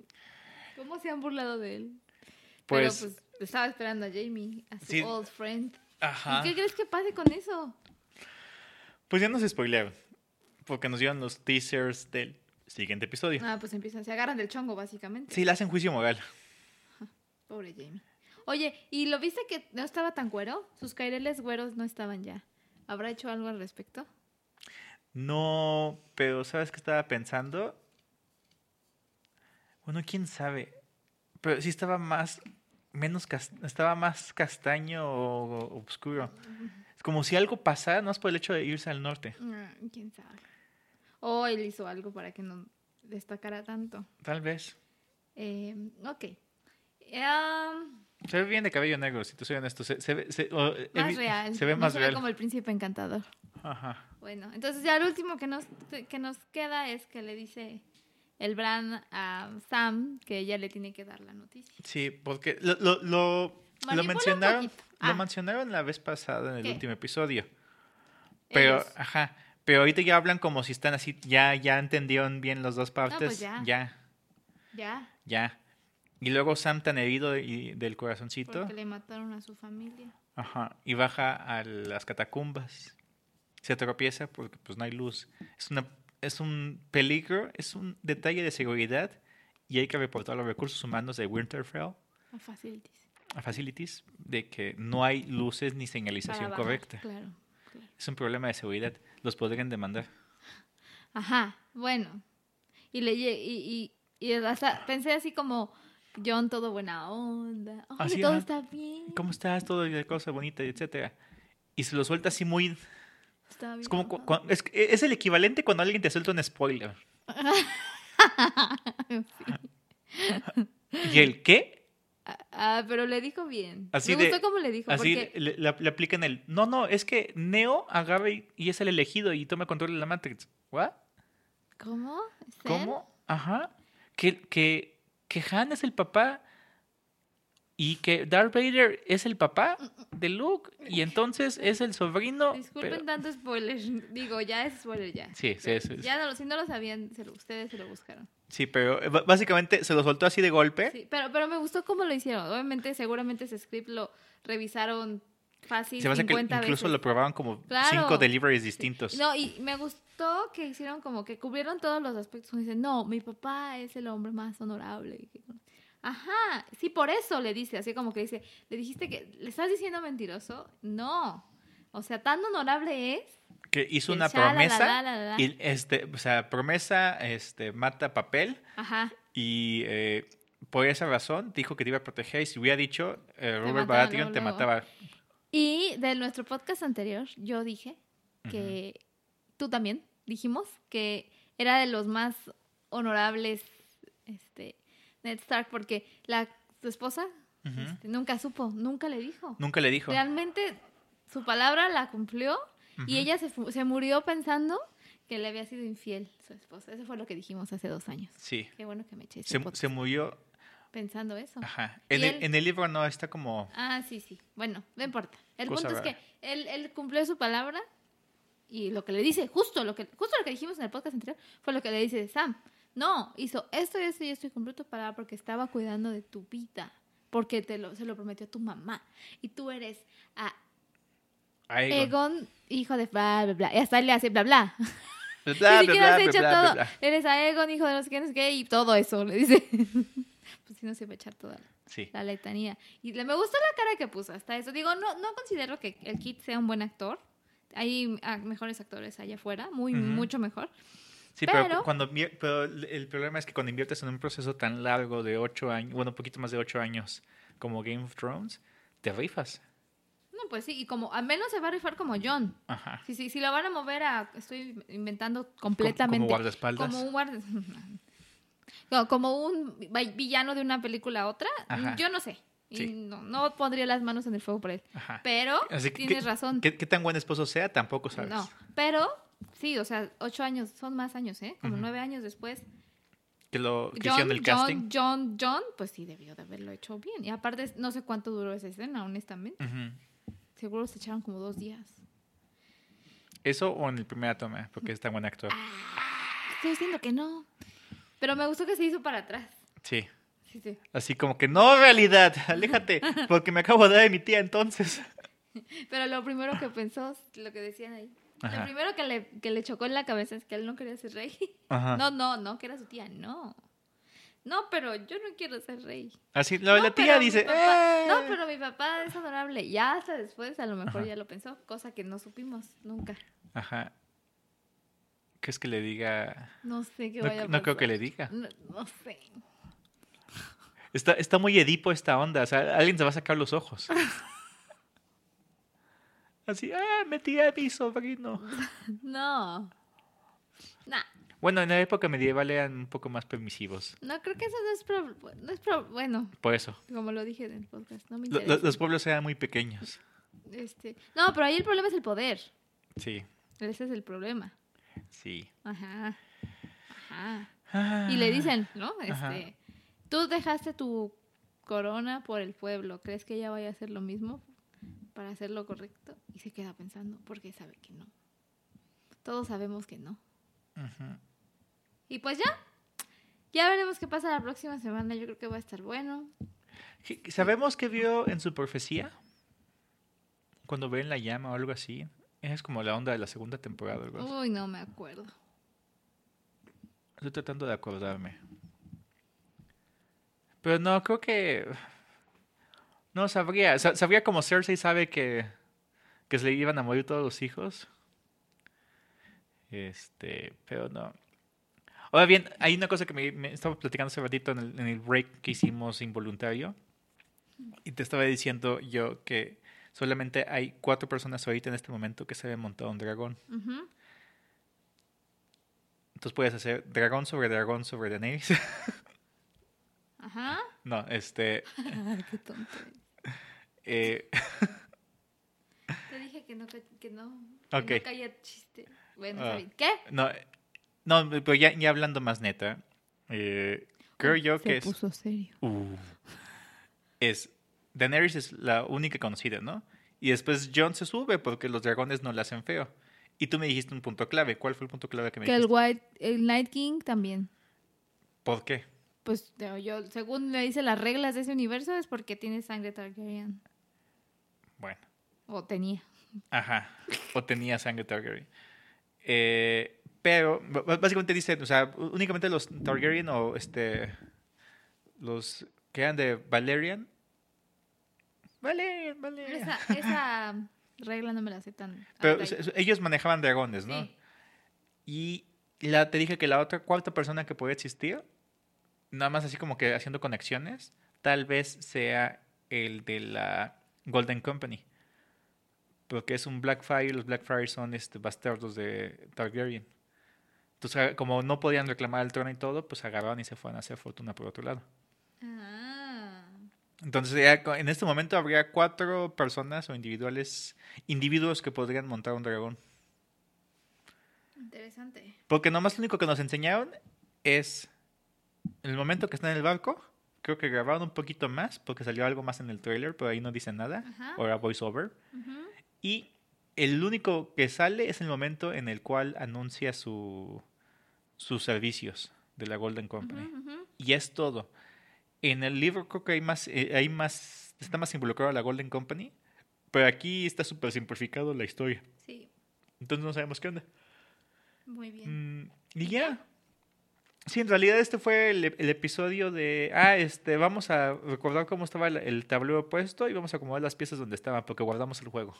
¿Cómo se han burlado de él? Pues- Pero, pues estaba esperando a Jamie, a su Sí. Ah. old friend. Ajá. ¿Y qué crees que pase con eso? Pues ya nos spoilearon. Porque nos dieron los teasers del siguiente episodio. Ah, pues empiezan, se agarran del chongo, básicamente. Sí, le hacen juicio moral. Pobre Jamie. Oye, ¿y lo viste que no estaba tan cuero? Sus caireles güeros no estaban ya. ¿Habrá hecho algo al respecto? No, pero ¿sabes qué estaba pensando? Bueno, quién sabe. Pero sí estaba más. Menos cas- estaba más castaño o, o oscuro. Es como si algo pasara, no es por el hecho de irse al norte. Ah, ¿Quién sabe? O él hizo algo para que no destacara tanto. Tal vez. Eh, ok. Am, Se ve bien de cabello negro, si te soy honesto. Se, se ve, se- o- he Más vi- real. se ve No más se real. Ve como el príncipe encantador. Ajá. Bueno, entonces ya lo último que nos, que nos queda es que le dice el Bran a Sam que ella le tiene que dar la noticia. Sí, porque lo, lo, lo- lo Manipula un mencionaron. poquito. Ah. Lo mencionaron la vez pasada en el ¿Qué? último episodio. Pero, Ellos. ajá. Pero ahorita ya hablan como si están así, ya, ya entendieron bien las dos partes. pues ya. ya, Ya, ya. Y luego Sam tan herido y, del corazoncito. porque le mataron a su familia. Ajá. Y baja a las catacumbas. Se tropieza porque pues no hay luz. Es una es un peligro, es un detalle de seguridad y hay que reportar los recursos humanos de Winterfell A Facilities. a facilities de que no hay luces ni para señalización bajar, correcta. Claro, claro. Es un problema de seguridad. Los podrían demandar. Ajá, bueno. Y le lle- y, y, y hasta pensé así como John todo buena onda. Ay, Así, todo ajá. está bien. ¿Cómo estás? Todo de cosa bonita, y etcétera. Y se lo suelta así muy. Está bien. Es como. [LAUGHS] cu- cu- Es, es el equivalente cuando alguien te suelta un spoiler. ¿Y el qué? Ah, ah, pero le dijo bien. Así Me de- gustó cómo le dijo. Así porque... le, le- le aplican el. No, no, es que Neo agarra y, y es el elegido y toma control de la Matrix. ¿What? ¿Cómo? ¿Sen? ¿Cómo? Ajá. Que, que, que Han es el papá y que Darth Vader es el papá de Luke y entonces es el sobrino. Disculpen pero- tanto spoiler. Digo, ya es spoiler ya. Sí, sí, sí, sí. Ya no, lo- si no lo sabían, se lo- ustedes se lo buscaron. Sí, pero eh, b- básicamente se lo soltó así de golpe. Sí, pero, pero me gustó cómo lo hicieron. Obviamente, seguramente ese script lo revisaron fácil Se me hace que 50 incluso veces. lo probaban como Claro. cinco deliveries Sí. distintos. No, y me gustó que hicieron como que cubrieron todos los aspectos. Como Dicen, no, mi papá es el hombre más honorable. Ajá, sí, por eso le dice, así como que dice, le dijiste que, ¿le estás diciendo mentiroso? No. O sea, tan honorable es. Que hizo El una sha, la, la, promesa. la, la, la. Y este, o sea, promesa, este, mata papel Ajá. y eh, por esa razón dijo que te iba a proteger y si hubiera dicho, eh, Robert mataba Baratheon luego, te luego. mataba. Y de nuestro podcast anterior, yo dije que tú también dijimos que era de los más honorables este, Ned Stark porque la su esposa Ujú. este, nunca supo, nunca le dijo. Nunca le dijo. Realmente su palabra la cumplió Ujú. y ella se, fu- se murió pensando que le había sido infiel su esposa. Eso fue lo que dijimos hace dos años. Sí. Qué bueno que me eché ese Se, podcast se murió. pensando eso. Ajá. pues. Ah. Y En el, él- en el libro no está como. Ah, sí, sí. Bueno, no importa. El Cosa punto es rara. que él, él cumplió su palabra y lo que le dice, justo lo que, justo lo que dijimos en el podcast anterior, fue lo que le dice Sam. No, hizo esto y esto y esto y cumplió tu palabra porque estaba cuidando de tu vida. Porque te lo, se lo prometió tu mamá. Y tú eres a Aegon. Egon, hijo de bla, bla, bla. Y hasta él le hace bla, bla. Bla, [LAUGHS] Ni bla, siquiera bla, has bla, hecho bla, bla, todo. bla. Eres a Egon, hijo de los que no sé qué, y todo eso, le dice. [LAUGHS] pues si no se va a echar toda la- Sí. la letanía. Y le, me gustó la cara que puso hasta eso. Digo, no, no considero que el Kid sea un buen actor. Hay ah, mejores actores allá afuera, muy, Ujú. mucho mejor. Sí, pero, Pero- cuando invier- pero el- el problema es que cuando inviertes en un proceso tan largo de ocho años, bueno, un poquito más de ocho años, como Game of Thrones, te rifas. No, pues sí, y como al menos se va a rifar como John. Ajá. Sí, sí, si lo van a mover a. Estoy inventando Como- Como completamente. guardaespaldas. Como un guarda- [LAUGHS] No, como un vi- villano de una película a otra, Ajá. yo no sé. Y Sí. no, no pondría las manos en el fuego por él. Ajá. Pero Así que- tienes ¿qué- razón. ¿Qué, qué tan buen esposo sea? Tampoco sabes. No, pero sí, o sea, ocho años, son más años, ¿eh? Como Ujú. nueve años después. Que lo que John, hicieron el John, casting. John, John, pues sí, debió de haberlo hecho bien. Y aparte, no sé cuánto duró esa escena, honestamente. Ujú. Seguro se echaron como dos días. Eso o en el primer toma, porque es tan buen actor. Ah. Estoy diciendo que no. Pero me gustó que se hizo para atrás. Sí. Sí, sí. Así como que, no, realidad, [LAUGHS] aléjate, porque me acabo de dar de mi tía entonces. Pero lo primero que pensó, lo que decían ahí. Lo Ajá. primero que le, que le chocó en la cabeza es que él no quería ser rey. Ajá. No, no, no, que era su tía, no. No, pero yo no quiero ser rey. Así, la, la No, tía pero mi dice, papá- "Eh". No, pero mi papá es adorable. Ya hasta después, a lo mejor Ajá. ya lo pensó, cosa que no supimos nunca. Ajá. ¿Crees que le diga? No sé qué No, vaya a no creo que pasar. le diga. No, no sé. Está, está muy edipo esta onda, o sea, alguien se va a sacar los [LAUGHS] ojos. Así, ah, metí a mi sobrino. No. No, Bueno, en la época medieval eran un poco más permisivos, no creo que eso no es, prob- no es prob- bueno, por eso. como lo dije en el podcast, no me Lo- lo- interesa. los pueblos eran muy pequeños. Este, no, pero ahí el problema es el poder. Sí, Ese es el problema. sí. Ajá. Ajá. Y le dicen, ¿no? Este, Ah. Ajá. tú dejaste tu corona por el pueblo, ¿crees que ella vaya a hacer lo mismo para hacer lo correcto? Y se queda pensando, porque sabe que no. Todos sabemos que no. Ah, Ujú. Y pues ya, ya veremos qué pasa la próxima semana, yo creo que va a estar bueno. ¿Qué- ¿Sabemos qué vio en su profecía? Cuando ven la llama o algo así. Esa Es como la onda de la segunda temporada. o algo así. Uy, no me acuerdo. Estoy tratando de acordarme. Pero no, creo que... No, sabría. Sa- Sabría como Cersei sabe que, que se le iban a morir todos los hijos. Este, pero no. Ahora bien, hay una cosa que me, me estaba platicando hace ratito en el, en el break que hicimos involuntario. Y te estaba diciendo yo que solamente hay cuatro personas ahorita en este momento que se habían montado un dragón. Ujú. Entonces puedes hacer dragón sobre dragón sobre Daenerys. Ajá. No, este. qué tonto. eres. eh, [LAUGHS] Te dije que no, ca- que no, que Ok. no caía chiste. Bueno, está Ah. bien. ¿qué? no, no, pero ya, ya hablando más neta, eh, creo yo que es. puso serio. Uh. es. Daenerys es la única conocida, ¿no? Y después Jon se sube porque los dragones no le hacen feo. Y tú me dijiste un punto clave. ¿Cuál fue el punto clave que me Que el dijiste? White, el Night King también. ¿Por qué? Pues yo, yo- según me dicen las reglas de ese universo, es porque tiene sangre Targaryen. Bueno. O tenía. Ajá. O tenía sangre Targaryen. Eh, pero b- b- básicamente dice, o sea, ú- únicamente los Targaryen o este los que eran de Valerian. Valerian, Valerian. Esa, esa regla no me la aceptan. Pero Hasta ahí. s- s- ellos manejaban dragones, ¿no? Sí. Y la, te dije que la otra cuarta persona que podía existir nada más así como que haciendo conexiones, tal vez sea el de la Golden Company. Porque es un Blackfire y los Blackfire son este, bastardos de Targaryen. Entonces, ah, como no podían reclamar el trono y todo, pues agarraron y se fueron a hacer fortuna por otro lado. Ah. Entonces, ya co- en este momento habría cuatro personas o individuales, individuos que podrían montar un dragón. Interesante. Porque nomás lo único que nos enseñaron es en el momento que están en el barco. Creo que grabaron un poquito más porque salió algo más en el trailer, pero ahí no dice nada. Ajá. Ahora voiceover. Ujú. Y el único que sale es el momento en el cual anuncia su, sus servicios de la Golden Company. Ujú, ujú. Y es todo. En el libro creo que hay más, eh, hay más, está más involucrada la Golden Company, pero aquí está súper simplificado la historia. Sí, Entonces no sabemos qué onda. muy bien. Mm, y ya. Sí, en realidad este fue el, ep- el episodio de... Ah, este, vamos a recordar cómo estaba el, el tablero puesto y vamos a acomodar las piezas donde estaban porque guardamos el juego.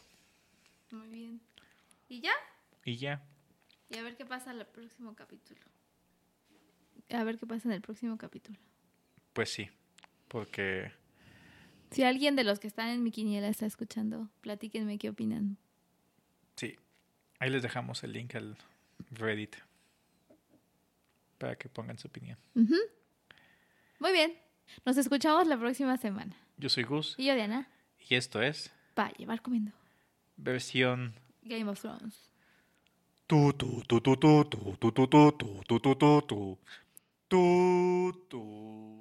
Mm. Muy bien. ¿Y ya? Y ya. Y a ver qué pasa en el próximo capítulo. A ver qué pasa en el próximo capítulo. Pues sí, porque... Si alguien de los que están en mi quiniela está escuchando, platíquenme qué opinan. Sí. Ahí les dejamos el link al Reddit para que pongan su opinión. Ujú. Muy bien. Nos escuchamos la próxima semana. Yo soy Gus Y yo, Diana, y esto es para llevar comiendo. versión... Game of Thrones. Tu, tu, tu, tu, tu, tu, tu, tu, tu, tu, tu, tu, tu, tu. Tu, tu.